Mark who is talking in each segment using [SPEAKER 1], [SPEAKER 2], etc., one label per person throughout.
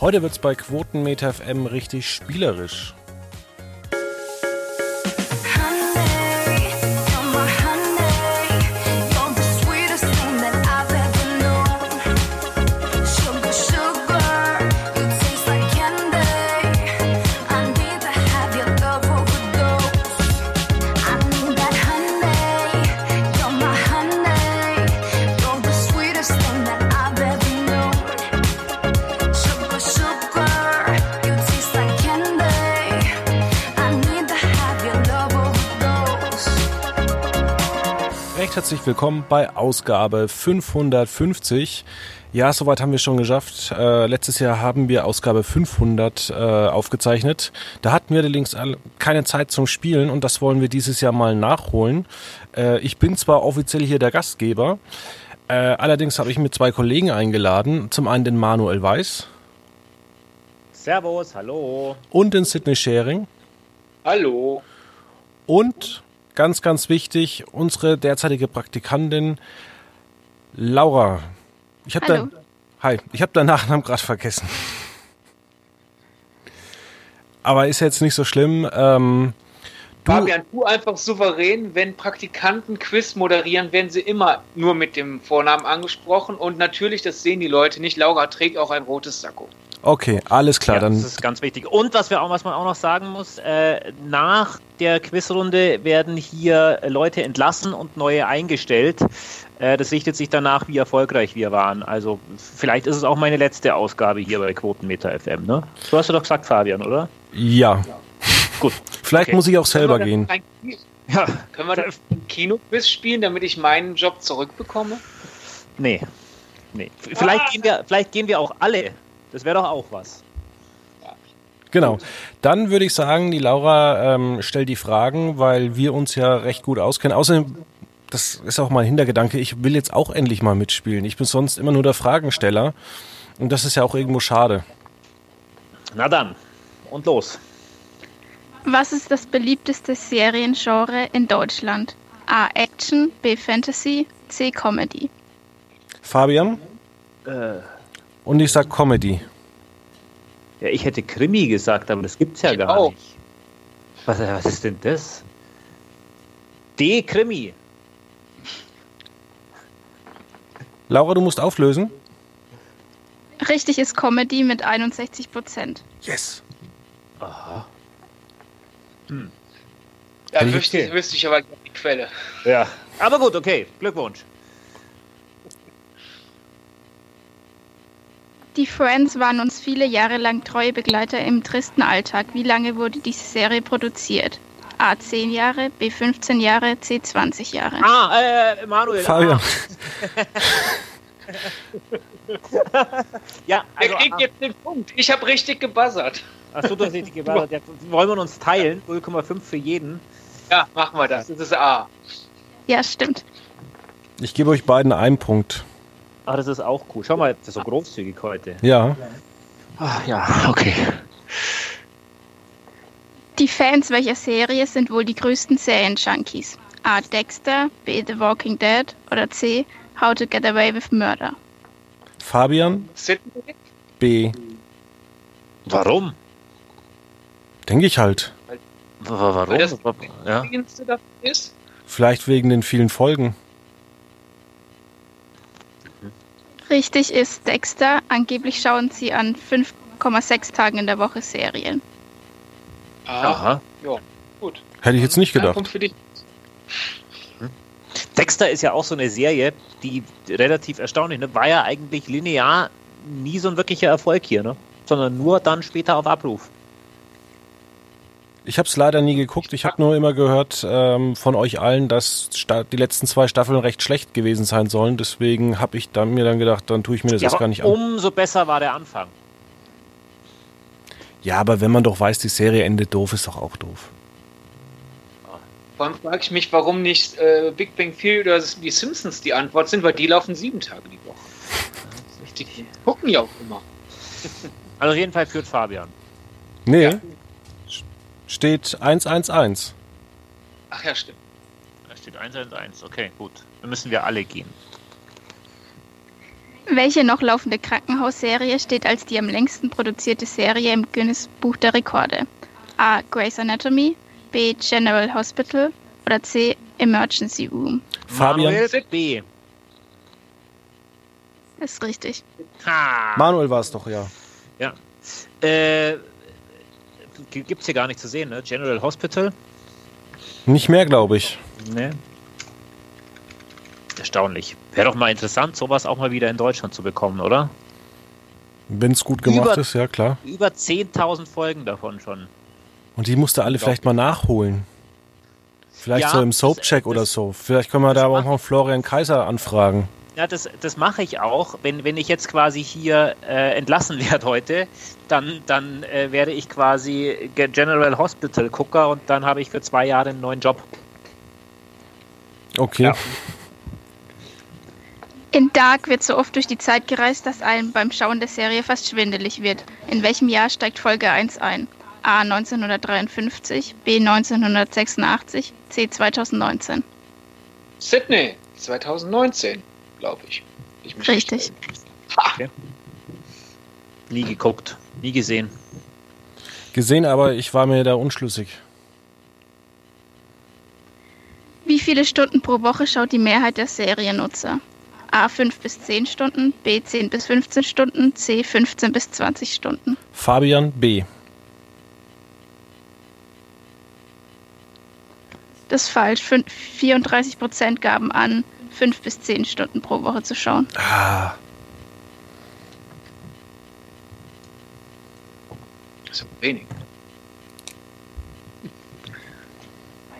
[SPEAKER 1] Heute wird's bei Quotenmeter FM richtig spielerisch. Recht herzlich willkommen bei Ausgabe 550. Ja, soweit haben wir schon geschafft. Äh, letztes Jahr haben wir Ausgabe 500 äh, aufgezeichnet. Da hatten wir allerdings alle- keine Zeit zum Spielen und das wollen wir dieses Jahr mal nachholen. Äh, ich bin zwar offiziell hier der Gastgeber, äh, allerdings habe ich mir zwei Kollegen eingeladen. Zum einen den Manuel Weiß
[SPEAKER 2] Servus, hallo.
[SPEAKER 1] und den Sydney Schering.
[SPEAKER 3] Hallo.
[SPEAKER 1] Und ganz, ganz wichtig, unsere derzeitige Praktikantin Laura. Ich hab
[SPEAKER 4] Hallo.
[SPEAKER 1] dein- Hi, ich habe deinen Nachnamen gerade vergessen. Aber ist jetzt nicht so schlimm. Ähm, du,
[SPEAKER 3] Fabian, du einfach souverän, wenn Praktikanten Quiz moderieren, werden sie immer nur mit dem Vornamen angesprochen und natürlich, das sehen die Leute nicht. Laura trägt auch ein rotes Sakko.
[SPEAKER 1] okay, alles klar.
[SPEAKER 2] ja, das
[SPEAKER 1] dann
[SPEAKER 2] ist ganz wichtig. Und was, wir auch, was man auch noch sagen muss, äh, nach der Quizrunde werden hier Leute entlassen und neue eingestellt. Äh, das richtet sich danach, wie erfolgreich wir waren. Also vielleicht ist es auch meine letzte Ausgabe hier bei Quotenmeter FM. Ne? So hast du doch gesagt, Fabian, oder?
[SPEAKER 1] ja.
[SPEAKER 2] Gut.
[SPEAKER 1] Vielleicht
[SPEAKER 2] Okay.
[SPEAKER 1] muss ich auch selber gehen.
[SPEAKER 3] Können wir dann ein Ki-
[SPEAKER 2] Ja.
[SPEAKER 3] Können wir dann ein Kinoquiz spielen, damit ich meinen Job zurückbekomme?
[SPEAKER 2] Nee. nee. V-
[SPEAKER 3] Ah.
[SPEAKER 2] Vielleicht, gehen wir, vielleicht gehen wir auch alle. Das wäre doch auch was.
[SPEAKER 1] Genau. Dann würde ich sagen, die Laura ähm, stellt die Fragen, weil wir uns ja recht gut auskennen. Außerdem, das ist auch mein Hintergedanke, ich will jetzt auch endlich mal mitspielen. Ich bin sonst immer nur der Fragensteller. Und das ist ja auch irgendwo schade.
[SPEAKER 2] Na dann. Und los.
[SPEAKER 4] Was ist das beliebteste Seriengenre in Deutschland? A. Action, B. Fantasy, C. Comedy.
[SPEAKER 1] Fabian? Und ich sag Comedy.
[SPEAKER 2] Ja, ich hätte Krimi gesagt, aber das gibt's ja
[SPEAKER 3] Ich
[SPEAKER 2] gar
[SPEAKER 3] auch.
[SPEAKER 2] nicht. Was, was ist denn das? D-Krimi.
[SPEAKER 1] Laura, du musst auflösen.
[SPEAKER 4] Richtig ist Comedy mit 61 Prozent.
[SPEAKER 1] Yes.
[SPEAKER 3] Da
[SPEAKER 1] Welche?
[SPEAKER 3] wüsste, wüsste ich aber gerne die Quelle.
[SPEAKER 2] Ja. Aber gut, okay. Glückwunsch.
[SPEAKER 4] Die Friends waren uns viele Jahre lang treue Begleiter im tristen Alltag. Wie lange wurde diese Serie produziert? A. 10 Jahre, B. 15 Jahre, C. 20 Jahre.
[SPEAKER 2] Ah, äh, Manuel.
[SPEAKER 1] Fabian.
[SPEAKER 2] Ah, ja,
[SPEAKER 3] Wer
[SPEAKER 2] also,
[SPEAKER 3] kriegt jetzt den Punkt? Ich habe richtig gebuzzert.
[SPEAKER 2] achso, du hast richtig gewartet. Ja, wollen wir uns teilen? 0,5 für jeden.
[SPEAKER 3] Ja, machen wir das. Das ist A.
[SPEAKER 4] Ja, stimmt.
[SPEAKER 1] Ich gebe euch beiden einen Punkt.
[SPEAKER 2] Ah, das ist auch cool. Schau mal, das ist so großzügig heute.
[SPEAKER 1] Ja.
[SPEAKER 2] Ah, ja, okay.
[SPEAKER 4] Die Fans welcher Serie sind wohl die größten Serienjunkies? A. Dexter, B. The Walking Dead oder C. How to Get Away with Murder.
[SPEAKER 1] Fabian,
[SPEAKER 3] Sydney?
[SPEAKER 1] B.
[SPEAKER 2] Warum?
[SPEAKER 1] Denke ich halt.
[SPEAKER 2] W- w- Warum?
[SPEAKER 3] Weil das-
[SPEAKER 2] ja.
[SPEAKER 3] Die Dienste dafür ist?
[SPEAKER 1] Vielleicht wegen den vielen Folgen.
[SPEAKER 4] Richtig ist Dexter. Angeblich schauen sie an 5,6 Tagen in der Woche Serien.
[SPEAKER 3] Ah,
[SPEAKER 2] Aha.
[SPEAKER 3] ja. Gut.
[SPEAKER 1] Hätte ich jetzt nicht
[SPEAKER 3] Ja,
[SPEAKER 1] gedacht.
[SPEAKER 3] Punkt für dich.
[SPEAKER 2] Dexter ist ja auch so eine Serie, die relativ erstaunlich, ne? war ja eigentlich linear nie so ein wirklicher Erfolg hier, ne? sondern nur dann später auf Abruf.
[SPEAKER 1] Ich habe es leider nie geguckt. Ich habe nur immer gehört ähm, von euch allen, dass sta- die letzten zwei Staffeln recht schlecht gewesen sein sollen. Deswegen habe ich dann mir dann gedacht, dann tue ich mir das
[SPEAKER 2] Ja, um-
[SPEAKER 1] jetzt gar nicht an.
[SPEAKER 2] umso besser war der Anfang.
[SPEAKER 1] Ja, aber wenn man doch weiß, die Serie endet doof, ist doch auch doof.
[SPEAKER 3] Vor allem frage ich mich, warum nicht äh, Big Bang Theory oder die Simpsons die Antwort sind, weil die laufen sieben Tage die Woche. Richtig. Gucken ja auch immer.
[SPEAKER 2] Also auf jeden Fall führt Fabian.
[SPEAKER 1] Nee.
[SPEAKER 3] Ja.
[SPEAKER 1] S- Steht 111.
[SPEAKER 3] Ach ja, stimmt.
[SPEAKER 2] Da steht 1 1 1, okay, gut. Dann müssen wir alle gehen.
[SPEAKER 4] Welche noch laufende Krankenhausserie steht als die am längsten produzierte Serie im Guinness Buch der Rekorde? A. Grey's Anatomy, B. General Hospital oder C. Emergency Room?
[SPEAKER 1] Fabian,
[SPEAKER 2] Manuel B.
[SPEAKER 4] Das ist richtig.
[SPEAKER 2] Ha.
[SPEAKER 1] Manuel war es doch, ja.
[SPEAKER 2] Äh, g- gibt's hier gar nicht zu sehen, ne? General Hospital?
[SPEAKER 1] Nicht mehr, glaube ich.
[SPEAKER 2] Ne. Erstaunlich. Wäre doch mal interessant, sowas auch mal wieder in Deutschland zu bekommen, oder?
[SPEAKER 1] Wenn es gut gemacht
[SPEAKER 2] Über-
[SPEAKER 1] ist, ja klar.
[SPEAKER 2] Über 10.000 Folgen davon schon.
[SPEAKER 1] Und die musst du alle vielleicht mal nachholen. Vielleicht
[SPEAKER 2] Ja,
[SPEAKER 1] so im
[SPEAKER 2] das-
[SPEAKER 1] Soapcheck
[SPEAKER 2] das-
[SPEAKER 1] oder so. Vielleicht können wir da
[SPEAKER 2] das
[SPEAKER 1] aber auch
[SPEAKER 2] macht-
[SPEAKER 1] mal Florian Kaiser anfragen.
[SPEAKER 2] Ja, das, das mache ich auch. Wenn, wenn ich jetzt quasi hier äh, entlassen werde heute, dann, dann äh, werde ich quasi Ge- General Hospital Gucker und dann habe ich für zwei Jahre einen neuen Job.
[SPEAKER 1] Okay.
[SPEAKER 2] Ja.
[SPEAKER 4] In Dark wird so oft durch die Zeit gereist, dass einem beim Schauen der Serie fast schwindelig wird. In welchem Jahr steigt Folge 1 ein? A. 1953, B. 1986, C. 2019.
[SPEAKER 3] Sydney, 2019, glaube ich. ich mich nicht
[SPEAKER 4] Richtig.
[SPEAKER 2] Nie geguckt, nie gesehen.
[SPEAKER 1] Gesehen, aber ich war mir da unschlüssig.
[SPEAKER 4] Wie viele Stunden pro Woche schaut die Mehrheit der Seriennutzer? A. 5 bis 10 Stunden, B. 10 bis 15 Stunden, C. 15 bis 20 Stunden.
[SPEAKER 1] Fabian B.
[SPEAKER 4] Das ist falsch. Fün- 34 Prozent gaben an, 5 bis 10 Stunden pro Woche zu schauen.
[SPEAKER 1] Ah,
[SPEAKER 3] So wenig.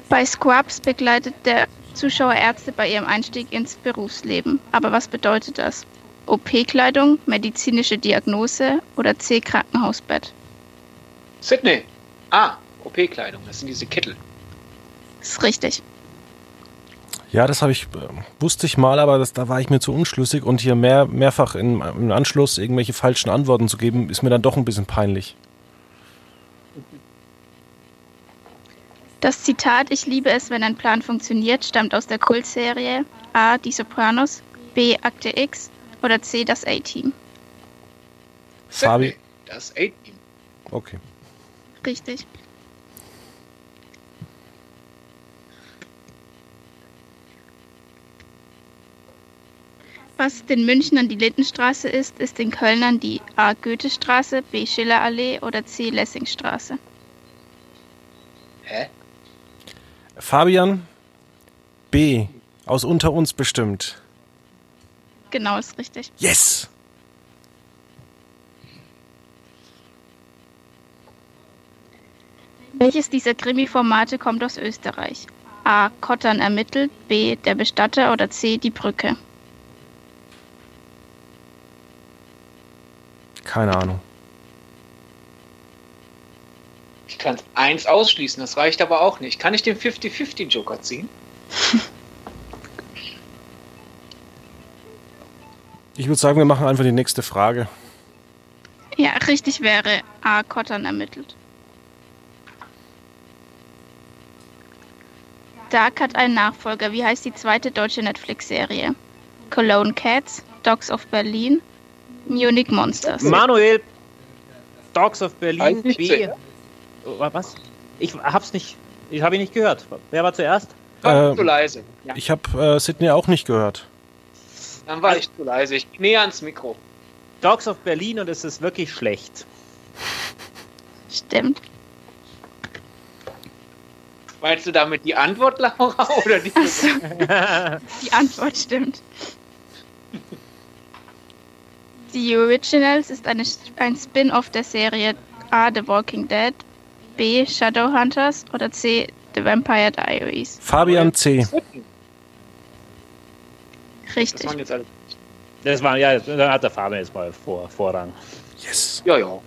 [SPEAKER 4] Bei Scrubs begleitet der Zuschauer Ärzte bei ihrem Einstieg ins Berufsleben. Aber was bedeutet das? OP-Kleidung, medizinische Diagnose oder C. Krankenhausbett?
[SPEAKER 3] Sydney. Ah, OP-Kleidung. Das sind diese Kittel.
[SPEAKER 4] Ist richtig.
[SPEAKER 1] ja, das habe ich, äh, wusste ich mal, aber das, da war ich mir zu unschlüssig und hier mehr, mehrfach im, im Anschluss irgendwelche falschen Antworten zu geben, ist mir dann doch ein bisschen peinlich.
[SPEAKER 4] Das Zitat Ich liebe es, wenn ein Plan funktioniert, stammt aus der Kultserie A. Die Sopranos, B. Akte X oder C. Das A-Team.
[SPEAKER 1] Fabi-
[SPEAKER 3] Sydney. Das A-Team.
[SPEAKER 1] Okay.
[SPEAKER 4] Richtig. Was den Münchnern die Lindenstraße ist, ist den Kölnern die A. Goethestraße, B. Schillerallee oder C. Lessingstraße.
[SPEAKER 3] Hä?
[SPEAKER 1] Fabian B. Aus unter uns bestimmt.
[SPEAKER 4] Genau ist richtig.
[SPEAKER 1] Yes!
[SPEAKER 4] Welches dieser Krimi-Formate kommt aus Österreich? A. Kottern ermittelt, B. Der Bestatter oder C. Die Brücke.
[SPEAKER 1] Keine Ahnung.
[SPEAKER 3] Ich kann eins ausschließen. Das reicht aber auch nicht. Kann ich den 50-50-Joker ziehen?
[SPEAKER 1] Ich würde sagen, wir machen einfach die nächste Frage.
[SPEAKER 4] Ja, richtig wäre A. Kottern ermittelt. Dark hat einen Nachfolger. Wie heißt die zweite deutsche Netflix-Serie? Cologne Cats, Dogs of Berlin, Munich Monsters.
[SPEAKER 2] Manuel, Dogs of Berlin,
[SPEAKER 3] Eigentlich
[SPEAKER 2] B.
[SPEAKER 3] zuerst.
[SPEAKER 2] Oh, Was? Ich hab's nicht, ich habe ihn nicht gehört. Wer war zuerst?
[SPEAKER 3] War
[SPEAKER 1] Ähm,
[SPEAKER 3] zu leise. Ja,
[SPEAKER 1] Ich habe äh, Sydney auch nicht gehört.
[SPEAKER 3] dann war ich zu leise. Ich geh näher ans Mikro.
[SPEAKER 2] Dogs of Berlin und es ist wirklich schlecht.
[SPEAKER 4] Stimmt.
[SPEAKER 3] Meinst du damit die Antwort, Laura? Oder die
[SPEAKER 4] Also, die Antwort stimmt. Die Originals ist eine, ein Spin-off der Serie A. The Walking Dead, B. Shadowhunters oder C. The Vampire Diaries.
[SPEAKER 1] Fabian C.
[SPEAKER 3] Das
[SPEAKER 4] Richtig.
[SPEAKER 3] waren jetzt alle.
[SPEAKER 2] Das war, ja, dann hat der Fabian jetzt mal vor, Vorrang.
[SPEAKER 1] Yes.
[SPEAKER 3] Ja, ja.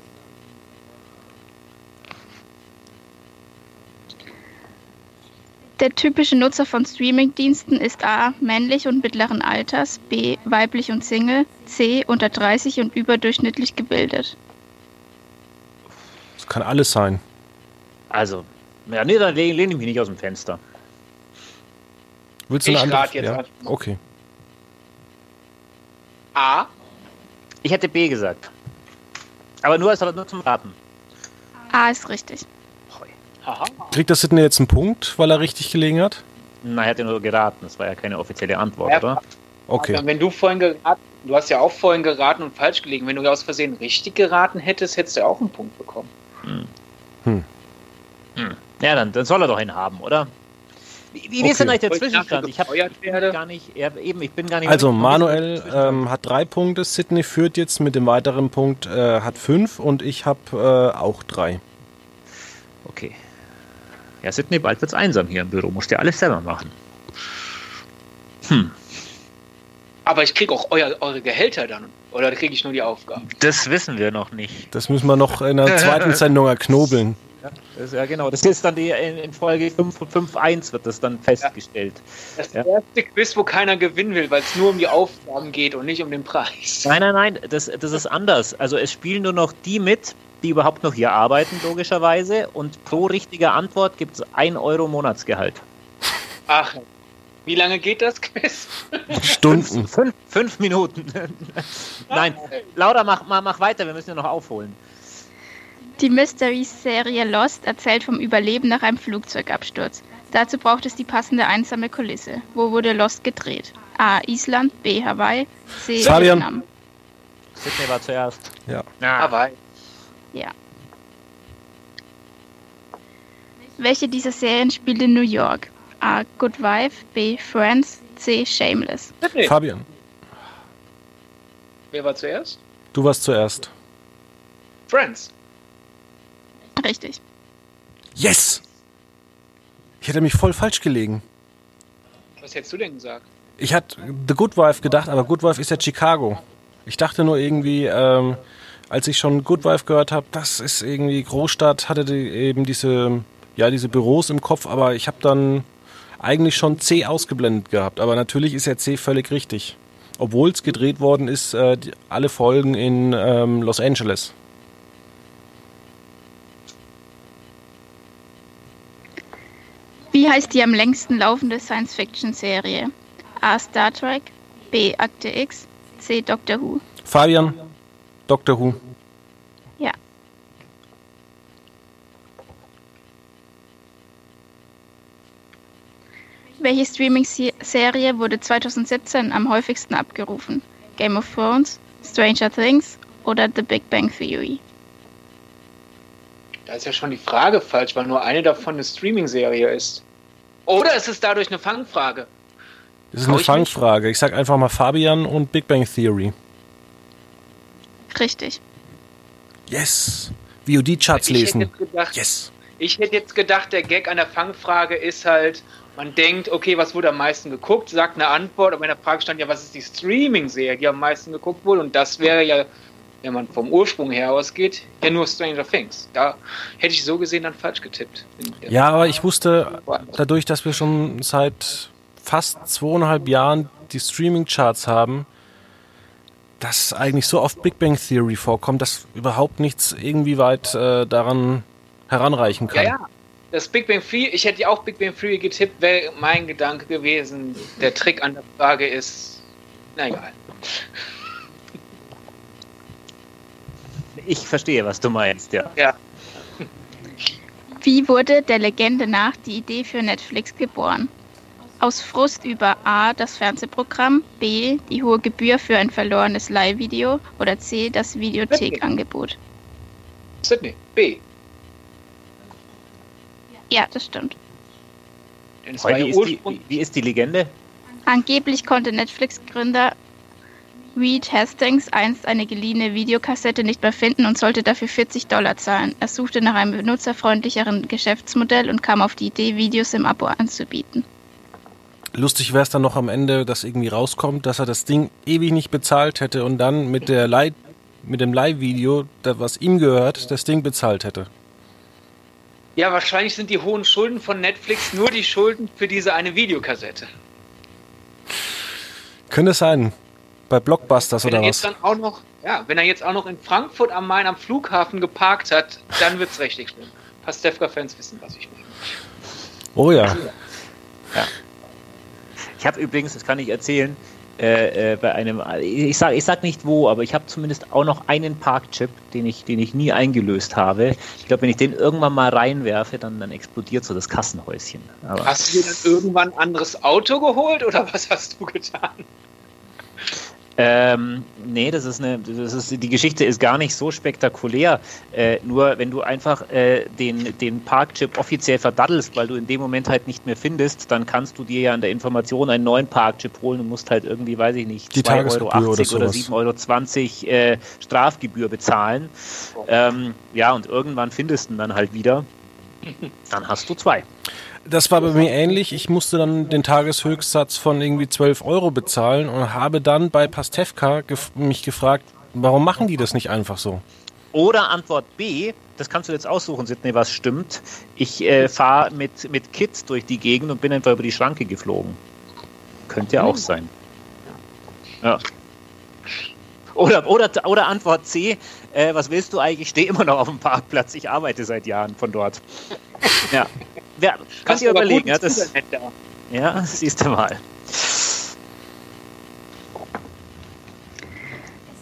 [SPEAKER 4] Der typische Nutzer von Streamingdiensten ist A. männlich und mittleren Alters, B. weiblich und Single, C. unter 30 und überdurchschnittlich gebildet.
[SPEAKER 1] Das kann alles sein.
[SPEAKER 2] Also, ja, nee, dann lehne lehn ich mich nicht aus dem Fenster.
[SPEAKER 1] Willst du
[SPEAKER 3] Ich
[SPEAKER 1] eine andere?
[SPEAKER 3] rat jetzt
[SPEAKER 1] ja?
[SPEAKER 3] einfach mal.
[SPEAKER 1] Okay.
[SPEAKER 3] A.
[SPEAKER 2] Ich hätte B gesagt. Aber nur, aber nur zum Raten.
[SPEAKER 4] A ist richtig.
[SPEAKER 3] Haha.
[SPEAKER 1] Kriegt der Sidney jetzt einen Punkt, weil er richtig gelegen hat?
[SPEAKER 2] Na, er hat ja nur geraten. Das war ja keine offizielle Antwort,
[SPEAKER 3] Ja,
[SPEAKER 2] oder?
[SPEAKER 1] Okay.
[SPEAKER 3] Aber Wenn du vorhin geraten, du hast ja auch vorhin geraten und falsch gelegen. Wenn du aus Versehen richtig geraten hättest, hättest du auch einen Punkt bekommen.
[SPEAKER 2] Ja, dann, dann soll er doch einen haben, oder? Wie, wie ist denn
[SPEAKER 1] Okay.
[SPEAKER 2] eigentlich der
[SPEAKER 3] Weil ich
[SPEAKER 2] Zwischenstand?
[SPEAKER 3] nachher
[SPEAKER 2] Ich habe
[SPEAKER 3] gefeuert werde.
[SPEAKER 2] gar nicht, ja, eben, ich bin gar nicht.
[SPEAKER 1] Also
[SPEAKER 2] mitgekommen.
[SPEAKER 1] Manuel ähm, hat drei Punkte, Sidney führt jetzt mit dem weiteren Punkt, äh, hat fünf und ich habe äh, auch drei.
[SPEAKER 2] Okay. Ja, Sidney, bald wird's einsam hier im Büro. Musst ja alles selber machen.
[SPEAKER 3] Aber ich krieg auch euer, eure Gehälter dann. Oder kriege ich nur die Aufgaben?
[SPEAKER 2] Das wissen wir noch nicht.
[SPEAKER 1] Das müssen wir noch in der zweiten Sendung erknobeln.
[SPEAKER 2] Das, ja, genau. Das ist dann die, in, in Folge 5.1 wird das dann festgestellt.
[SPEAKER 3] Das ist
[SPEAKER 2] Ja.
[SPEAKER 3] der erste Quiz, wo keiner gewinnen will, weil es nur um die Aufgaben geht und nicht um den Preis.
[SPEAKER 2] Nein, nein, nein, das, das ist anders. Also es spielen nur noch die mit, die überhaupt noch hier arbeiten, logischerweise. Und pro richtige Antwort gibt's ein Euro Monatsgehalt.
[SPEAKER 3] Ach, wie lange geht das Quiz?
[SPEAKER 1] Stunden.
[SPEAKER 2] Fünf, fünf Minuten. nein, Laura, mach, mach, mach weiter, wir müssen ja noch aufholen.
[SPEAKER 4] Die Mystery-Serie Lost erzählt vom Überleben nach einem Flugzeugabsturz. Dazu braucht es die passende einsame Kulisse. Wo wurde Lost gedreht? A. Island, B. Hawaii, C.
[SPEAKER 1] Fabian.
[SPEAKER 4] Vietnam.
[SPEAKER 2] Sydney war zuerst.
[SPEAKER 1] Ja.
[SPEAKER 2] Na,
[SPEAKER 3] Aber
[SPEAKER 4] Welche dieser Serien spielt in New York? A. Good Wife, B. Friends, C. Shameless.
[SPEAKER 3] Sydney,
[SPEAKER 1] Fabian,
[SPEAKER 3] wer war zuerst?
[SPEAKER 1] du warst zuerst.
[SPEAKER 3] Friends.
[SPEAKER 4] Richtig.
[SPEAKER 1] Yes! Ich hätte mich voll falsch gelegen.
[SPEAKER 3] Was hättest du denn gesagt?
[SPEAKER 1] Ich hatte The Good Wife gedacht, aber Good Wife ist ja Chicago. Ich dachte nur irgendwie, ähm, als ich schon Good Wife gehört habe, das ist irgendwie Großstadt, hatte die eben diese, ja, diese Büros im Kopf, aber ich habe dann eigentlich schon C ausgeblendet gehabt. Aber natürlich ist ja C völlig richtig. Obwohl es gedreht worden ist, äh, die, alle Folgen in ähm, Los Angeles.
[SPEAKER 4] Wie heißt die am längsten laufende Science-Fiction-Serie? A. Star Trek, B. Akte X, C. Doctor Who.
[SPEAKER 1] Fabian, Doctor Who.
[SPEAKER 4] Ja. Welche Streaming-Serie wurde 2017 am häufigsten abgerufen? Game of Thrones, Stranger Things oder The Big Bang Theory?
[SPEAKER 3] Da ist ja schon die Frage falsch, weil nur eine davon eine Streaming-Serie ist. Oder ist es dadurch eine Fangfrage?
[SPEAKER 1] Das ist eine
[SPEAKER 3] Hau ich mich?
[SPEAKER 1] Fangfrage. Ich sag einfach mal Fabian und Big Bang Theory.
[SPEAKER 4] Richtig.
[SPEAKER 1] Yes. VOD-Charts lesen.
[SPEAKER 3] Ich hätte, jetzt gedacht,
[SPEAKER 1] Yes.
[SPEAKER 3] ich hätte jetzt gedacht, der Gag an der Fangfrage ist halt, man denkt, okay, was wurde am meisten geguckt, sagt eine Antwort, aber in der Frage stand ja, was ist die Streaming-Serie, die am meisten geguckt wurde? Und das wäre ja, wenn man vom Ursprung her ausgeht, ja nur Stranger Things. Da hätte ich so gesehen dann falsch getippt.
[SPEAKER 1] Ja, aber ich wusste, dadurch, dass wir schon seit fast zweieinhalb Jahren die Streaming-Charts haben, dass eigentlich so oft Big Bang Theory vorkommt, dass überhaupt nichts irgendwie weit äh, daran heranreichen
[SPEAKER 3] Ja,
[SPEAKER 1] kann.
[SPEAKER 3] ja. Das Big Bang Theory, ich hätte ja auch Big Bang Theory getippt, wäre mein Gedanke gewesen. Der Trick an der Frage ist, na egal.
[SPEAKER 2] ich verstehe, was du meinst, ja.
[SPEAKER 3] Ja,
[SPEAKER 4] Wie wurde der Legende nach die Idee für Netflix geboren? Aus Frust über A. das Fernsehprogramm, B. die hohe Gebühr für ein verlorenes Leihvideo oder C. das Videothekangebot.
[SPEAKER 3] Sydney, B.
[SPEAKER 4] Ja, das stimmt.
[SPEAKER 3] Denn es war
[SPEAKER 2] Wie
[SPEAKER 3] ja
[SPEAKER 2] ist, die,
[SPEAKER 3] Ursprung.
[SPEAKER 2] wie, wie ist die Legende?
[SPEAKER 4] Angeblich konnte Netflix-Gründer Reed Hastings einst eine geliehene Videokassette nicht mehr finden und sollte dafür 40 Dollar zahlen. Er suchte nach einem benutzerfreundlicheren Geschäftsmodell und kam auf die Idee, Videos im Abo anzubieten.
[SPEAKER 1] Lustig wäre es dann noch am Ende, dass irgendwie rauskommt, dass er das Ding ewig nicht bezahlt hätte und dann mit, der Leih, mit dem Leihvideo, das, was ihm gehört, das Ding bezahlt hätte.
[SPEAKER 3] Ja, wahrscheinlich sind die hohen Schulden von Netflix nur die Schulden für diese eine Videokassette.
[SPEAKER 1] Könnte es sein. Bei Blockbusters
[SPEAKER 3] Wenn
[SPEAKER 1] oder
[SPEAKER 3] er
[SPEAKER 1] was?
[SPEAKER 3] jetzt dann auch noch, ja, wenn er jetzt auch noch in Frankfurt am Main am Flughafen geparkt hat, dann wird's richtig schlimm. Pastewka-Fans wissen, was ich meine.
[SPEAKER 1] Oh ja.
[SPEAKER 3] um
[SPEAKER 2] Ich habe übrigens, das kann ich erzählen, äh, äh, bei einem, ich sag, ich sag nicht wo, aber ich habe zumindest auch noch einen Parkchip, den ich, den ich nie eingelöst habe. Ich glaube, wenn ich den irgendwann mal reinwerfe, dann, dann explodiert so das Kassenhäuschen. Aber
[SPEAKER 3] Hast du dir dann irgendwann ein anderes Auto geholt oder was hast du getan?
[SPEAKER 2] Ähm, nee, das ist eine, das ist, die Geschichte ist gar nicht so spektakulär. Äh, nur wenn du einfach äh, den, den Parkchip offiziell verdaddelst, weil du in dem Moment halt nicht mehr findest, dann kannst du dir ja an der Information einen neuen Parkchip holen und musst halt irgendwie, weiß ich nicht,
[SPEAKER 1] Die
[SPEAKER 2] 2,80 Euro
[SPEAKER 1] Tagesgebühr oder
[SPEAKER 2] oder
[SPEAKER 1] sowas.
[SPEAKER 2] 7,20 Euro äh, Strafgebühr bezahlen. Ähm, ja, und irgendwann findest du ihn dann halt wieder. Dann hast du zwei.
[SPEAKER 1] Das war bei mir ähnlich. Ich musste dann den Tageshöchstsatz von irgendwie 12 Euro bezahlen und habe dann bei Pastewka gef mich gefragt, warum machen die das nicht einfach so?
[SPEAKER 2] Oder Antwort B, das kannst du jetzt aussuchen, Sidney, was stimmt. Ich äh, fahre mit, mit Kids durch die Gegend und bin einfach über die Schranke geflogen. Könnte ja auch sein. Ja. Oder, oder, oder Antwort C, äh, was willst du eigentlich? Ich stehe immer noch auf dem Parkplatz, ich arbeite seit Jahren von dort. Ja, ja könnt ihr überlegen. Ja, das,
[SPEAKER 3] Internet da.
[SPEAKER 2] ja, siehst du mal.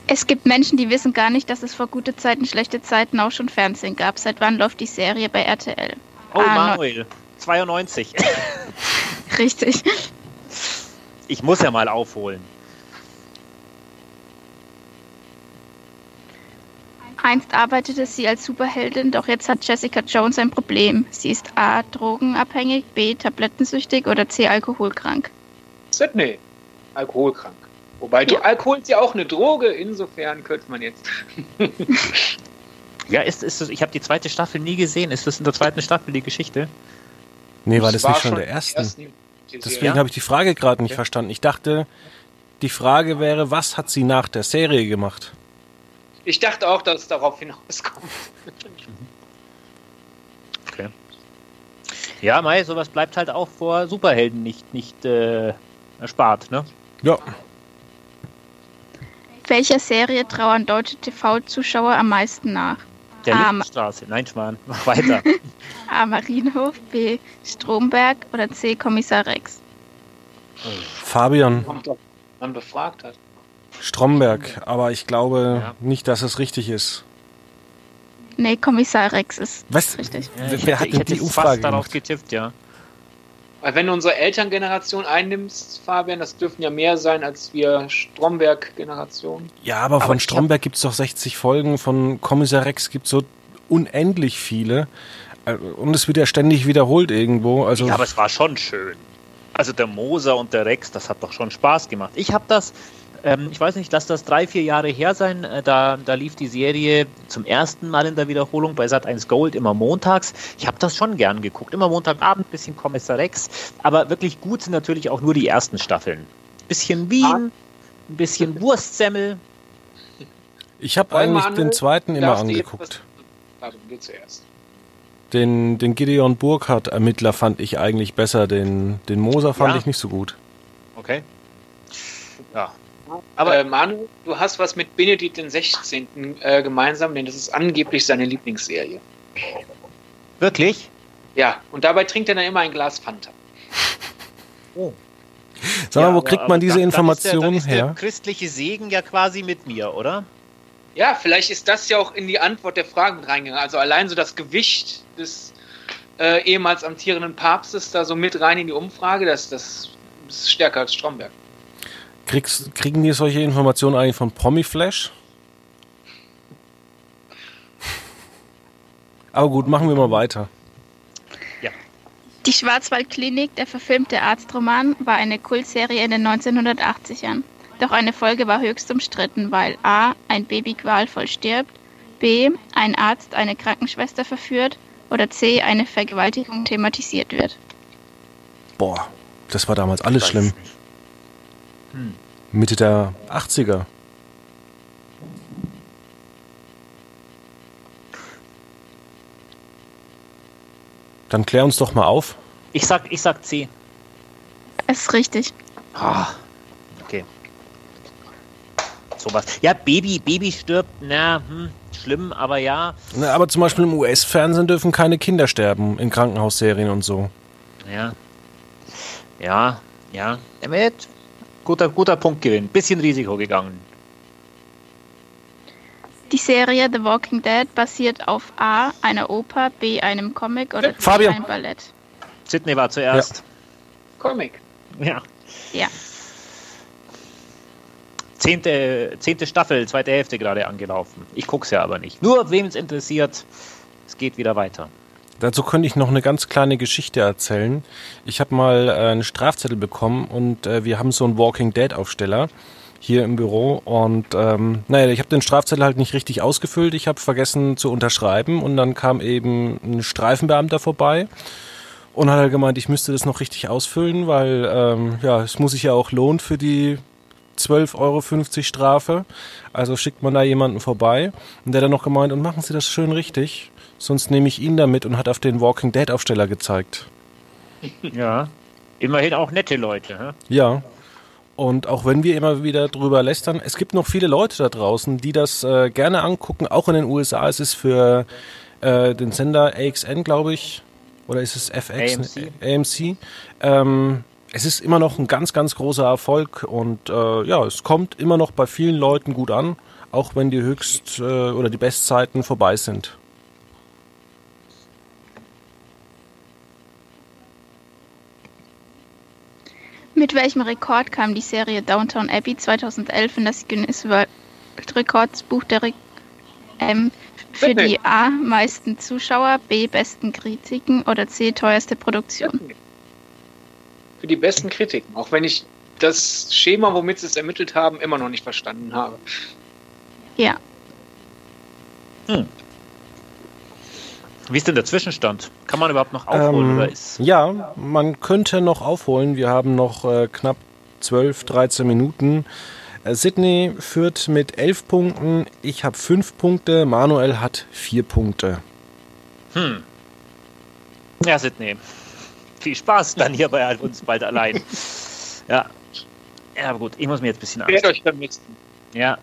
[SPEAKER 4] Es gibt Menschen, die wissen gar nicht, dass es vor gute Zeiten, schlechte Zeiten auch schon Fernsehen gab. Seit wann läuft die Serie bei RTL?
[SPEAKER 2] Oh,
[SPEAKER 4] Ah,
[SPEAKER 2] Manuel, 92.
[SPEAKER 4] Richtig.
[SPEAKER 2] Ich muss ja mal aufholen.
[SPEAKER 4] Einst arbeitete sie als Superheldin, doch jetzt hat Jessica Jones ein Problem. Sie ist A. drogenabhängig, B. tablettensüchtig oder C. alkoholkrank.
[SPEAKER 3] Sydney, alkoholkrank. Wobei du Alkohol ist ja auch eine Droge, insofern könnte man jetzt.
[SPEAKER 2] Ja, ist, ist das, ich habe die zweite Staffel nie gesehen. Ist das in der zweiten Staffel die Geschichte?
[SPEAKER 1] Nee, war das,
[SPEAKER 3] war
[SPEAKER 1] nicht schon
[SPEAKER 3] schon
[SPEAKER 1] der
[SPEAKER 3] die
[SPEAKER 1] erste?
[SPEAKER 3] ersten, die
[SPEAKER 1] Deswegen
[SPEAKER 3] Serie.
[SPEAKER 1] habe ich die Frage gerade nicht verstanden. Ich dachte, die Frage wäre, was hat sie nach der Serie gemacht?
[SPEAKER 3] Ich dachte auch, dass es darauf hinauskommt.
[SPEAKER 2] Okay. Ja, Mai, sowas bleibt halt auch vor Superhelden nicht, nicht äh, erspart, ne?
[SPEAKER 1] Ja,
[SPEAKER 4] Welcher Serie trauern deutsche TV-Zuschauer am meisten nach?
[SPEAKER 2] Der
[SPEAKER 4] Ah,
[SPEAKER 2] Lindenstraße. Nein, Schwan, mach weiter.
[SPEAKER 4] A. Marienhof, B. Stromberg oder C. Kommissar Rex?
[SPEAKER 1] Fabian
[SPEAKER 3] Kommt doch, man befragt hat.
[SPEAKER 1] Stromberg. Aber ich glaube
[SPEAKER 2] Ja.
[SPEAKER 1] nicht, dass es richtig ist.
[SPEAKER 4] Nee, Kommissar Rex ist
[SPEAKER 1] Was?
[SPEAKER 4] richtig.
[SPEAKER 1] Wer hat denn die
[SPEAKER 2] fast
[SPEAKER 1] Umfrage
[SPEAKER 2] darauf
[SPEAKER 1] gemacht?
[SPEAKER 2] getippt, ja.
[SPEAKER 3] Weil wenn du unsere Elterngeneration einnimmst, Fabian, das dürften ja mehr sein als wir Stromberg-Generation.
[SPEAKER 1] Ja, aber von
[SPEAKER 2] ich hab-
[SPEAKER 1] Stromberg gibt's doch 60 Folgen, von Kommissar Rex gibt's so unendlich viele. Äh, Und es wird ja ständig wiederholt irgendwo. Also
[SPEAKER 2] Ja, aber es war schon schön. Also der Moser und der Rex, das hat doch schon Spaß gemacht. Ich habe das, ähm, ich weiß nicht, lass das drei, vier Jahre her sein. Äh, da, da lief die Serie zum ersten Mal in der Wiederholung bei Sat1 Gold immer montags. Ich habe das schon gern geguckt. Immer Montagabend, bisschen Kommissar Rex. Aber wirklich gut sind natürlich auch nur die ersten Staffeln. Bisschen Wien, ein bisschen Wurstsemmel.
[SPEAKER 1] ich habe
[SPEAKER 3] Wollen wir
[SPEAKER 1] eigentlich den
[SPEAKER 3] anrufen?
[SPEAKER 1] zweiten immer
[SPEAKER 3] Darfst du jetzt
[SPEAKER 1] angeguckt.
[SPEAKER 3] was- Fabian, geh Also, zuerst.
[SPEAKER 1] Den, den Gideon Burkhardt-Ermittler fand ich eigentlich besser. Den, den Moser fand
[SPEAKER 2] Ja.
[SPEAKER 1] ich nicht so gut.
[SPEAKER 2] Okay. Ja.
[SPEAKER 3] Aber
[SPEAKER 2] Aber-
[SPEAKER 3] äh, Manu, du hast was mit Benedikt den 16. Äh, gemeinsam, denn das ist angeblich seine Lieblingsserie.
[SPEAKER 2] Wirklich?
[SPEAKER 3] Ja, und dabei trinkt er dann immer ein Glas Fanta.
[SPEAKER 1] Sag mal,
[SPEAKER 2] Ja,
[SPEAKER 1] wo
[SPEAKER 2] aber-
[SPEAKER 1] kriegt
[SPEAKER 2] aber
[SPEAKER 1] man diese
[SPEAKER 2] dann- dann
[SPEAKER 1] Informationen
[SPEAKER 2] ist der, dann
[SPEAKER 1] her?
[SPEAKER 2] ist Der christliche Segen ja quasi mit mir, oder?
[SPEAKER 3] Ja, vielleicht ist das ja auch in die Antwort der Fragen mit reingegangen. Also allein so das Gewicht des äh, ehemals amtierenden Papstes da so mit rein in die Umfrage, das, das ist stärker als Stromberg.
[SPEAKER 1] Kriegst, kriegen die solche Informationen eigentlich von Promiflash? Aber gut, machen wir mal weiter.
[SPEAKER 4] Die Schwarzwaldklinik, der verfilmte Arztroman, war eine Kultserie in den 1980ern. Doch eine Folge war höchst umstritten, weil a. ein Baby qualvoll stirbt, b. ein Arzt eine Krankenschwester verführt oder c. eine Vergewaltigung thematisiert wird.
[SPEAKER 1] Boah, das war damals alles
[SPEAKER 2] Weiß
[SPEAKER 1] schlimm.
[SPEAKER 2] nicht. Hm.
[SPEAKER 1] Mitte der 80er. Dann klär uns doch mal auf.
[SPEAKER 2] Ich sag, ich sag C.
[SPEAKER 4] Es ist richtig.
[SPEAKER 2] Ah, okay. Sowas. Ja, Baby, Baby stirbt. Na, hm, schlimm, aber ja.
[SPEAKER 1] Na, aber zum Beispiel im US-Fernsehen dürfen keine Kinder sterben, in Krankenhausserien und so.
[SPEAKER 2] Ja. Ja, ja. Damit. Guter, guter Punktgewinn. Bisschen Risiko gegangen.
[SPEAKER 4] Die Serie The Walking Dead basiert auf A, einer Oper, B, einem Comic oder C,
[SPEAKER 1] Fabian.
[SPEAKER 4] einem Ballett.
[SPEAKER 2] Sydney war zuerst.
[SPEAKER 3] Comic.
[SPEAKER 2] Ja.
[SPEAKER 4] Ja.
[SPEAKER 2] Zehnte, zehnte Staffel, zweite Hälfte gerade angelaufen. Ich guck's ja aber nicht. Nur wem es interessiert, es geht wieder weiter.
[SPEAKER 1] Dazu könnte ich noch eine ganz kleine Geschichte erzählen. Ich habe mal äh, einen Strafzettel bekommen und äh, wir haben so einen Walking Dead Aufsteller hier im Büro und ähm, naja, ich habe den Strafzettel halt nicht richtig ausgefüllt. Ich habe vergessen zu unterschreiben und dann kam eben ein Streifenbeamter vorbei und hat halt gemeint, ich müsste das noch richtig ausfüllen, weil ähm, ja, es muss sich ja auch lohnen für die 12,50 Euro Strafe. Also schickt man da jemanden vorbei. Und der hat dann noch gemeint, und machen Sie das schön richtig, sonst nehme ich ihn damit und hat auf den Walking Dead Aufsteller gezeigt.
[SPEAKER 2] Ja. Immerhin auch nette Leute. Hä?
[SPEAKER 1] Ja. Und auch wenn wir immer wieder drüber lästern, es gibt noch viele Leute da draußen, die das äh, gerne angucken, auch in den USA. Es ist für äh, den Sender AXN, glaube ich, oder ist es FX?
[SPEAKER 2] AMC.
[SPEAKER 1] AMC. Ähm, es ist immer noch ein ganz, ganz großer Erfolg und äh, ja, es kommt immer noch bei vielen Leuten gut an, auch wenn die Höchst- äh, oder die Bestzeiten vorbei sind.
[SPEAKER 4] Mit welchem Rekord kam die Serie Downtown Abbey 2011 in das Guinness World Records Buch der Re ähm, für
[SPEAKER 3] Bitte.
[SPEAKER 4] die A meisten Zuschauer, B besten Kritiken oder C teuerste Produktion?
[SPEAKER 3] Für die besten Kritiken. Auch wenn ich das Schema, womit sie es ermittelt haben, immer noch nicht verstanden habe.
[SPEAKER 4] Ja,
[SPEAKER 2] Wie ist denn der Zwischenstand? Kann man überhaupt noch aufholen
[SPEAKER 1] Ähm,
[SPEAKER 2] oder ist.
[SPEAKER 1] Ja, man könnte noch aufholen. Wir haben noch äh, knapp 12, 13 Minuten. Äh, Sydney führt mit 11 Punkten. Ich habe 5 Punkte. Manuel hat 4 Punkte.
[SPEAKER 2] Ja, Sydney. Viel Spaß dann hier bei uns bald allein. Ja. Ja, aber gut, ich muss mir jetzt ein bisschen Angst.
[SPEAKER 3] Werdet euch vermissen.
[SPEAKER 2] Ja.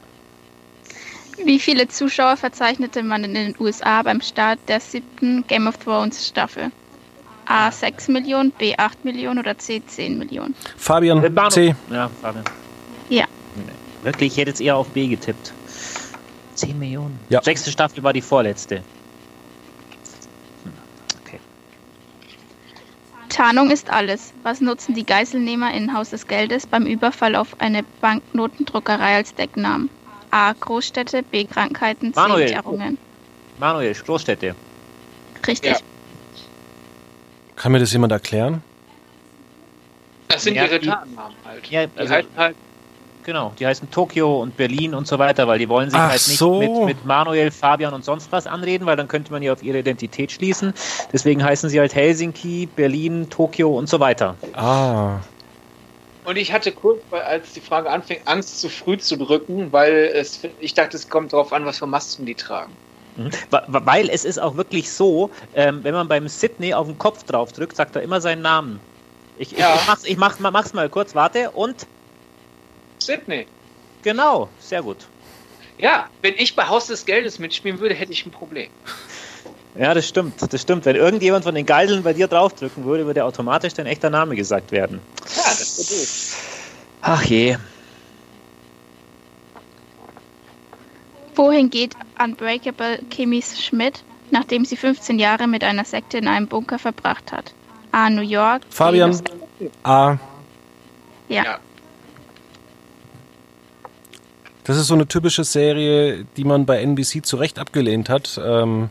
[SPEAKER 4] Wie viele Zuschauer verzeichnete man in den USA beim Start der siebten Game of Thrones Staffel? A 6 Millionen, B 8 Millionen oder C 10 Millionen?
[SPEAKER 1] Fabian,
[SPEAKER 2] Äh, Bahnhof.
[SPEAKER 1] C.
[SPEAKER 2] Ja, Fabian.
[SPEAKER 4] Ja.
[SPEAKER 2] Nee. Wirklich, ich hätte jetzt eher auf B getippt. 10 Millionen.
[SPEAKER 1] Ja.
[SPEAKER 2] Sechste Staffel war die vorletzte. Hm, Okay.
[SPEAKER 4] Tarnung ist alles. Was nutzen die Geiselnehmer in Haus des Geldes beim Überfall auf eine Banknotendruckerei als Decknamen? A Großstädte, B Krankheiten, C
[SPEAKER 2] Manuel.
[SPEAKER 4] Währungen.
[SPEAKER 2] Manuel, Großstädte.
[SPEAKER 4] Richtig.
[SPEAKER 3] Ja.
[SPEAKER 1] Kann mir das jemand erklären?
[SPEAKER 3] Das sind
[SPEAKER 2] Ja,
[SPEAKER 3] ihre
[SPEAKER 2] die-
[SPEAKER 3] Tarnnamen halt.
[SPEAKER 2] Ja,
[SPEAKER 3] die
[SPEAKER 2] also-
[SPEAKER 3] heißen halt
[SPEAKER 2] Genau, die heißen Tokio und Berlin und so weiter, weil die wollen sich
[SPEAKER 1] Ach
[SPEAKER 2] halt nicht
[SPEAKER 1] so.
[SPEAKER 2] mit, mit Manuel, Fabian und sonst was anreden, weil dann könnte man ja auf ihre Identität schließen. Deswegen heißen sie halt Helsinki, Berlin, Tokio und so weiter.
[SPEAKER 1] Ah,
[SPEAKER 3] Und ich hatte kurz, weil- als die Frage anfing, Angst zu früh zu drücken, weil es, ich dachte, es kommt darauf an, was für Masken die tragen.
[SPEAKER 2] Mhm. Wa- wa- Weil es ist auch wirklich so, ähm, wenn man beim Sydney auf den Kopf drauf drückt, sagt er immer seinen Namen. Ich,
[SPEAKER 3] Ja.
[SPEAKER 2] ich, mach's, ich mach's, mal- mach's mal kurz, warte und
[SPEAKER 3] Sydney.
[SPEAKER 2] genau, sehr gut.
[SPEAKER 3] Ja, wenn ich bei Haus des Geldes mitspielen würde, hätte ich ein Problem.
[SPEAKER 2] Ja, das stimmt, das stimmt. Wenn irgendjemand von den Geiseln bei dir draufdrücken würde, würde automatisch dein echter Name gesagt werden.
[SPEAKER 3] Ja, das ist doof.
[SPEAKER 2] Ach je.
[SPEAKER 4] Wohin geht Unbreakable Kimmy Schmidt, nachdem sie 15 Jahre mit einer Sekte in einem Bunker verbracht hat? A. New York. B,
[SPEAKER 1] Fabian,
[SPEAKER 4] Los-
[SPEAKER 1] A.
[SPEAKER 4] Ja.
[SPEAKER 3] Ja.
[SPEAKER 1] Das ist so eine typische Serie, die man bei NBC zu Recht abgelehnt hat. Ähm,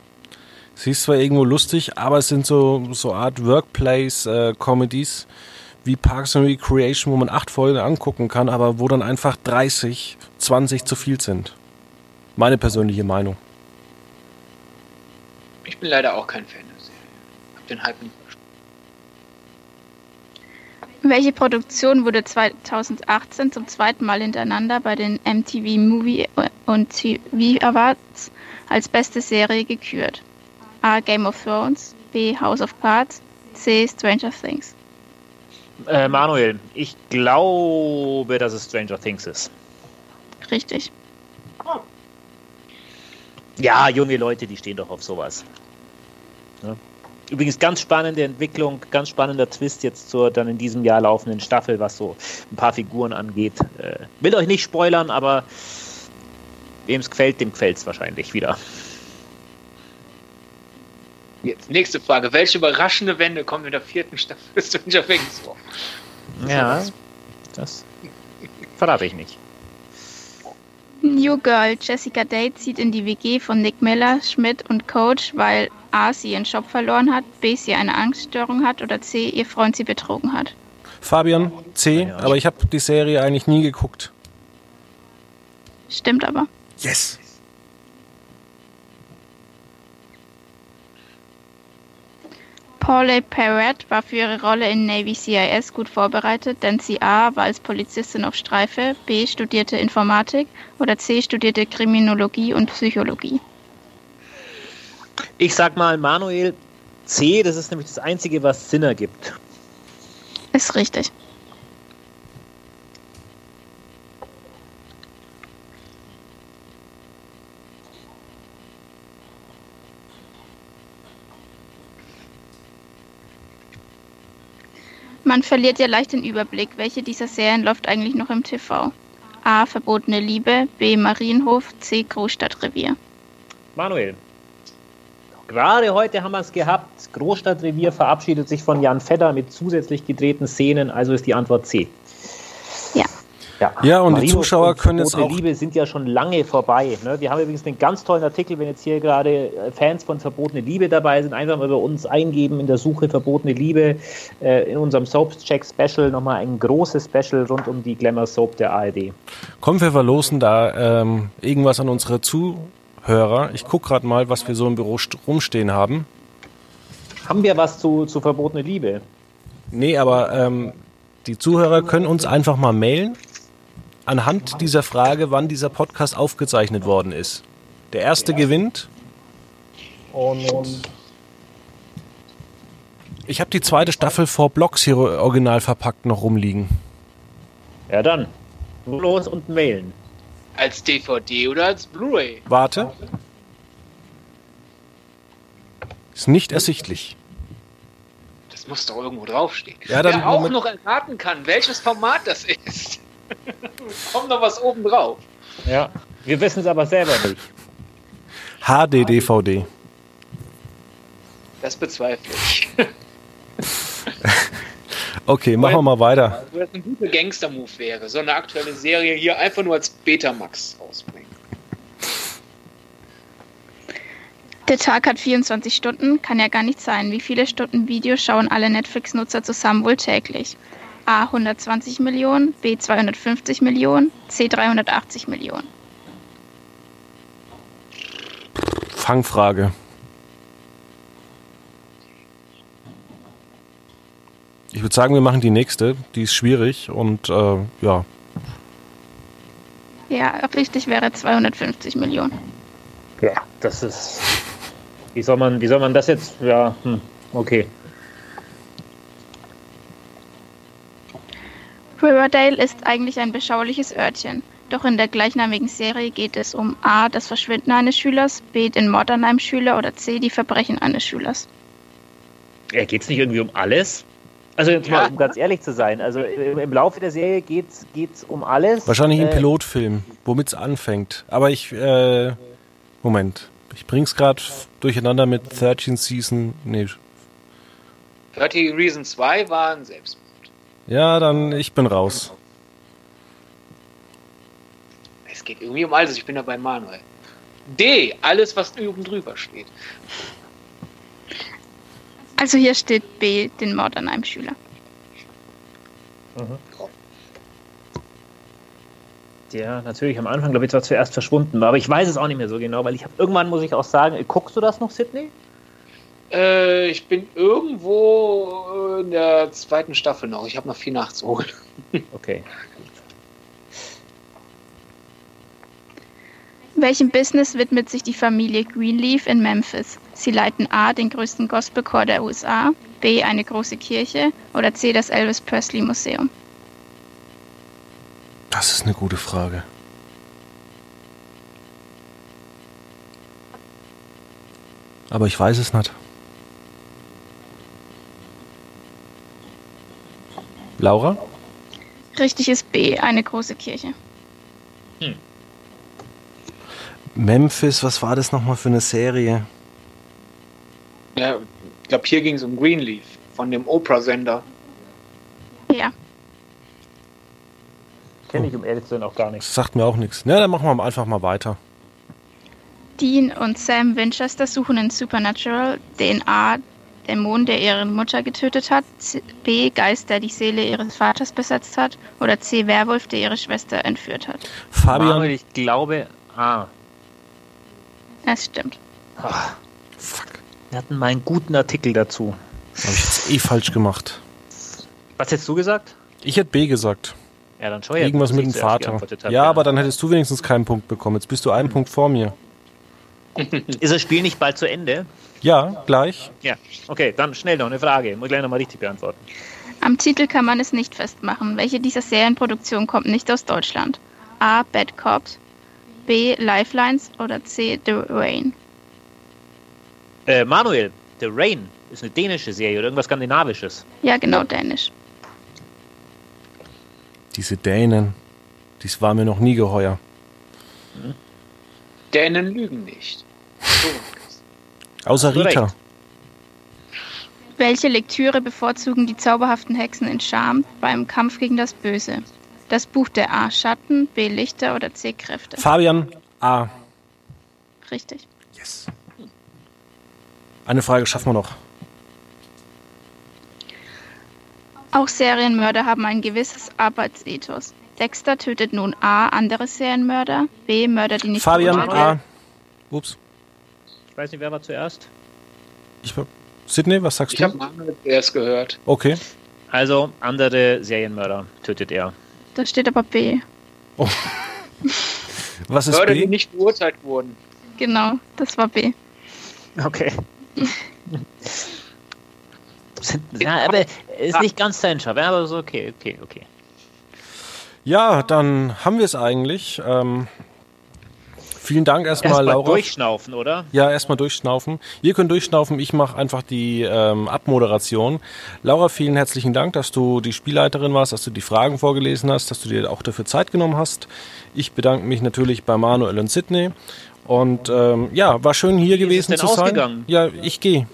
[SPEAKER 1] sie ist zwar irgendwo lustig, aber es sind so, so Art Workplace-Comedies äh, wie Parks and Recreation, wo man acht Folgen angucken kann, aber wo dann einfach 30, 20 zu viel sind. Meine persönliche Meinung.
[SPEAKER 3] Ich bin leider auch kein Fan der Serie. Hab den Hype nicht verstanden.
[SPEAKER 4] Welche Produktion wurde 2018 zum zweiten Mal hintereinander bei den MTV Movie und TV Awards als beste Serie gekürt? A. Game of Thrones, B. House of Cards, C. Stranger Things.
[SPEAKER 2] Äh, Manuel, ich glaube, dass es Stranger Things ist.
[SPEAKER 4] Richtig.
[SPEAKER 2] Ja, junge Leute, die stehen doch auf sowas. Übrigens ganz spannende Entwicklung, ganz spannender Twist jetzt zur dann in diesem Jahr laufenden Staffel, was so ein paar Figuren angeht. Äh, will euch nicht spoilern, aber wem es gefällt, dem gefällt es wahrscheinlich wieder.
[SPEAKER 3] Jetzt nächste Frage. Welche überraschende Wende kommt in der vierten Staffel Stranger Things vor?
[SPEAKER 2] Ja, das verrate ich nicht.
[SPEAKER 4] New Girl Jessica Day zieht in die WG von Nick Miller, Schmidt und Coach, weil A. sie ihren Job verloren hat, B. sie eine Angststörung hat oder C. ihr Freund sie betrogen hat.
[SPEAKER 1] Fabian, C, aber ich habe die Serie eigentlich nie geguckt.
[SPEAKER 4] Stimmt aber.
[SPEAKER 1] Yes!
[SPEAKER 4] Paula Perret war für ihre Rolle in Navy CIS gut vorbereitet, denn sie A. war als Polizistin auf Streife, B. studierte Informatik oder C. studierte Kriminologie und Psychologie.
[SPEAKER 2] Ich sag mal Manuel C, das ist nämlich das Einzige, was Sinn ergibt.
[SPEAKER 4] Ist richtig. Man verliert ja leicht den Überblick, welche dieser Serien läuft eigentlich noch im TV. A. Verbotene Liebe, B. Marienhof, C. Großstadtrevier.
[SPEAKER 2] Manuel. Gerade heute haben wir es gehabt. Großstadtrevier verabschiedet sich von Jan Fedder mit zusätzlich gedrehten Szenen, also ist die Antwort C.
[SPEAKER 4] Ja.
[SPEAKER 1] Ja, und die
[SPEAKER 2] Marinos
[SPEAKER 1] Zuschauer können jetzt
[SPEAKER 2] Verbotene
[SPEAKER 1] auch-
[SPEAKER 2] Liebe sind ja schon lange vorbei. Ne? Wir haben übrigens einen ganz tollen Artikel, wenn jetzt hier gerade äh, Fans von Verbotene Liebe dabei sind, einfach mal bei uns eingeben in der Suche Verbotene Liebe äh, in unserem Soaps-Check Special nochmal ein großes Special rund um die Glamour Soap der ARD.
[SPEAKER 1] Komm, wir verlosen da ähm, irgendwas an unsere Zuhörer. Ich guck gerade mal, was wir so im Büro st- rumstehen haben.
[SPEAKER 2] Haben wir was zu, zu Verbotene Liebe?
[SPEAKER 1] Nee, aber ähm, die Zuhörer können uns einfach mal mailen anhand dieser Frage, wann dieser Podcast aufgezeichnet worden ist. Der erste gewinnt. Und ich habe die zweite Staffel vor Blocks hier original verpackt noch rumliegen.
[SPEAKER 2] Ja dann, los und mailen.
[SPEAKER 3] Als DVD oder als Blu-ray?
[SPEAKER 1] Warte. Ist nicht ersichtlich.
[SPEAKER 3] Das muss doch irgendwo draufstehen.
[SPEAKER 1] Ja, dann
[SPEAKER 3] Wer auch
[SPEAKER 1] Moment.
[SPEAKER 3] noch erraten kann, welches Format das ist. Kommt noch was oben drauf.
[SPEAKER 2] Ja. Wir wissen es aber selber nicht.
[SPEAKER 1] HD-DVD.
[SPEAKER 3] Das bezweifle ich.
[SPEAKER 1] Okay, machen wir mal weiter.
[SPEAKER 3] Wo das Also, ein guter Gangster-Move wäre, so eine aktuelle Serie hier einfach nur als Betamax rausbringen.
[SPEAKER 4] Der Tag hat 24 Stunden, kann ja gar nicht sein. Wie viele Stunden Video schauen alle Netflix-Nutzer zusammen wohl täglich? A. 120 Millionen, B. 250 Millionen, C. 380 Millionen.
[SPEAKER 1] Fangfrage. Ich würde sagen, wir machen die nächste. Die ist schwierig und äh, ja.
[SPEAKER 4] Ja, richtig wäre 250 Millionen.
[SPEAKER 2] Ja, das ist. Wie soll man, wie soll man das jetzt? Ja, hm, okay.
[SPEAKER 4] Riverdale ist eigentlich ein beschauliches Örtchen. Doch in der gleichnamigen Serie geht es um A. das Verschwinden eines Schülers, B. den Mord an einem Schüler oder C. die Verbrechen eines Schülers.
[SPEAKER 2] Ja, geht es nicht irgendwie um alles? Also jetzt mal, um ganz ehrlich zu sein, also im, im Laufe der Serie geht es um alles.
[SPEAKER 1] Wahrscheinlich im
[SPEAKER 2] Äh,
[SPEAKER 1] Pilotfilm, womit es anfängt. Aber ich, äh, Moment. Ich bring's gerade durcheinander mit 13 Season. Nee.
[SPEAKER 3] 30 Reason 2 waren selbst.
[SPEAKER 1] Ja, dann ich bin raus.
[SPEAKER 3] Es geht irgendwie um alles, ich bin da bei Manuel. D, alles, was oben drüber steht.
[SPEAKER 4] Also hier steht B. den Mord an einem Schüler.
[SPEAKER 2] Ja, natürlich am Anfang, glaube ich, war zuerst verschwunden, aber ich weiß es auch nicht mehr so genau, weil ich habe irgendwann, muss ich auch sagen, äh, guckst du das noch, Sydney?
[SPEAKER 3] Äh, ich bin irgendwo äh, in der zweiten Staffel noch. Ich habe noch viel nachzuholen.
[SPEAKER 2] Okay.
[SPEAKER 4] Welchem Business widmet sich die Familie Greenleaf in Memphis? Sie leiten A. den größten Gospelchor der USA, B. eine große Kirche oder C. das Elvis Presley Museum.
[SPEAKER 1] Das ist eine gute Frage. Aber ich weiß es nicht. Laura?
[SPEAKER 4] Richtig ist B, eine große Kirche.
[SPEAKER 5] Memphis, was war das nochmal für eine Serie?
[SPEAKER 3] Ja, ich glaube, hier ging es um Greenleaf von dem Oprah-Sender.
[SPEAKER 4] Ja.
[SPEAKER 2] Kenne ich um ehrlich zu sein auch gar nicht.
[SPEAKER 1] Das sagt mir auch nichts. Na, dann machen wir einfach mal weiter.
[SPEAKER 4] Dean und Sam Winchester suchen in Supernatural den A. Dämon, der ihre Mutter getötet hat, C- B. Geist, der die Seele ihres Vaters besetzt hat oder C. Werwolf, der ihre Schwester entführt hat.
[SPEAKER 2] Manuel,
[SPEAKER 1] Fabian,
[SPEAKER 2] ich glaube, ah,
[SPEAKER 4] Das stimmt.
[SPEAKER 2] wir hatten mal einen guten Artikel dazu.
[SPEAKER 1] habe ich jetzt eh falsch gemacht.
[SPEAKER 2] Was hättest du gesagt?
[SPEAKER 1] Ich hätte B gesagt.
[SPEAKER 2] Ja, dann schau jetzt.
[SPEAKER 1] Irgendwas mit dem Vater. Ja, aber dann hättest du wenigstens keinen Punkt bekommen. Jetzt bist du einen Punkt vor mir.
[SPEAKER 2] Ist das Spiel nicht bald zu Ende?
[SPEAKER 1] Ja, gleich.
[SPEAKER 2] Ja. Okay, dann schnell noch eine Frage. Muss gleich nochmal richtig beantworten.
[SPEAKER 4] Am Titel kann man es nicht festmachen. Welche dieser Serienproduktionen kommt nicht aus Deutschland? A. Bad Cops, B. Lifelines oder C. The Rain.
[SPEAKER 2] Äh, Manuel, The Rain ist eine dänische Serie oder irgendwas Skandinavisches.
[SPEAKER 4] Ja, genau, Dänisch.
[SPEAKER 1] Diese Dänen, dies war mir noch nie geheuer.
[SPEAKER 3] Dänen lügen nicht. So.
[SPEAKER 1] Außer
[SPEAKER 2] Korrekt.
[SPEAKER 1] Rita.
[SPEAKER 4] Welche Lektüre bevorzugen die zauberhaften Hexen in Charme beim Kampf gegen das Böse? Das Buch der A. Schatten, B. Lichter oder C. Kräfte?
[SPEAKER 1] Fabian, A.
[SPEAKER 4] Richtig.
[SPEAKER 1] Yes. Eine Frage schaffen wir noch.
[SPEAKER 4] Auch Serienmörder haben ein gewisses Arbeitsethos. Dexter tötet nun A. andere Serienmörder, B. Mörder, die nicht
[SPEAKER 1] Fabian,
[SPEAKER 4] verurteilt
[SPEAKER 1] A. Ups.
[SPEAKER 2] Ich weiß nicht, wer war zuerst.
[SPEAKER 1] Ich, war- Sydney, was sagst
[SPEAKER 3] Ich habe
[SPEAKER 1] du?
[SPEAKER 3] Manuel erst gehört.
[SPEAKER 1] Okay.
[SPEAKER 2] Also, andere Serienmörder tötet er.
[SPEAKER 4] werden. Da steht aber B.
[SPEAKER 1] Was ist
[SPEAKER 3] Leute, die
[SPEAKER 1] B?
[SPEAKER 3] nicht beurteilt wurden.
[SPEAKER 4] Genau, das war B.
[SPEAKER 2] Okay. ja, aber Ah. ist nicht ganz sein Job, aber so okay, okay, okay.
[SPEAKER 1] Ja, dann haben wir es eigentlich. Ähm, vielen Dank erstmal,
[SPEAKER 2] Erstmal
[SPEAKER 1] Laura.
[SPEAKER 2] durchschnaufen, oder?
[SPEAKER 1] Ja, erstmal durchschnaufen. Ihr könnt durchschnaufen, ich mache einfach die ähm, Abmoderation. Laura, vielen herzlichen Dank, dass du die Spielleiterin warst, dass du die Fragen vorgelesen hast, dass du dir auch dafür Zeit genommen hast. Ich bedanke mich natürlich bei Manuel und Sydney. Und ähm, ja, war schön hier gewesen
[SPEAKER 2] denn
[SPEAKER 1] zu sein.
[SPEAKER 2] ausgegangen?
[SPEAKER 1] Ja, ich gehe.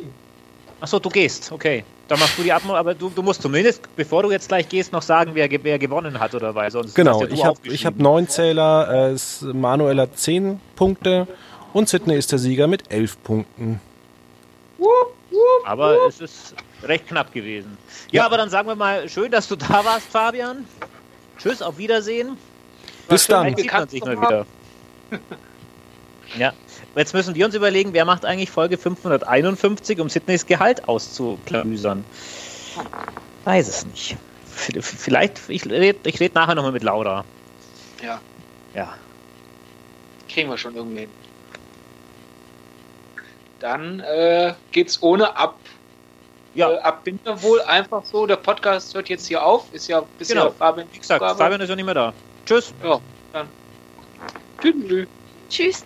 [SPEAKER 2] Achso, du gehst, okay. Dann machst du die Abmod, aber du, du musst zumindest, bevor du jetzt gleich gehst, noch sagen, wer, ge- wer gewonnen hat oder weil sonst
[SPEAKER 1] Genau,
[SPEAKER 2] hast ja du
[SPEAKER 1] ich habe
[SPEAKER 2] aufgeschrieben.
[SPEAKER 1] ich hab neun Zähler, äh, s- Manuel hat zehn Punkte und Sydney ist der Sieger mit elf Punkten.
[SPEAKER 2] Aber es ist recht knapp gewesen. Ja, aber dann sagen wir mal, schön, dass du da warst, Fabian. Tschüss, auf Wiedersehen.
[SPEAKER 1] Bis dann.
[SPEAKER 2] Vielleicht sieht man sich mal wieder. Ja, jetzt müssen wir uns überlegen, wer macht eigentlich Folge 551, um Sydneys Gehalt auszuklamüsern. Weiß es nicht. V- Vielleicht, ich rede ich red nachher nochmal mit Laura.
[SPEAKER 3] Ja,
[SPEAKER 2] Ja.
[SPEAKER 3] kriegen wir schon irgendwie hin. Dann äh, geht's ohne Ab
[SPEAKER 2] Ja,
[SPEAKER 3] äh, Abbinder wohl einfach so. Der Podcast hört jetzt hier auf. Ist ja bisher
[SPEAKER 2] Genau.
[SPEAKER 3] Fabian.
[SPEAKER 2] wie gesagt, Fabian ist ja nicht mehr da. Tschüss.
[SPEAKER 3] Ja, dann. Tüdelü.
[SPEAKER 4] Tschüss.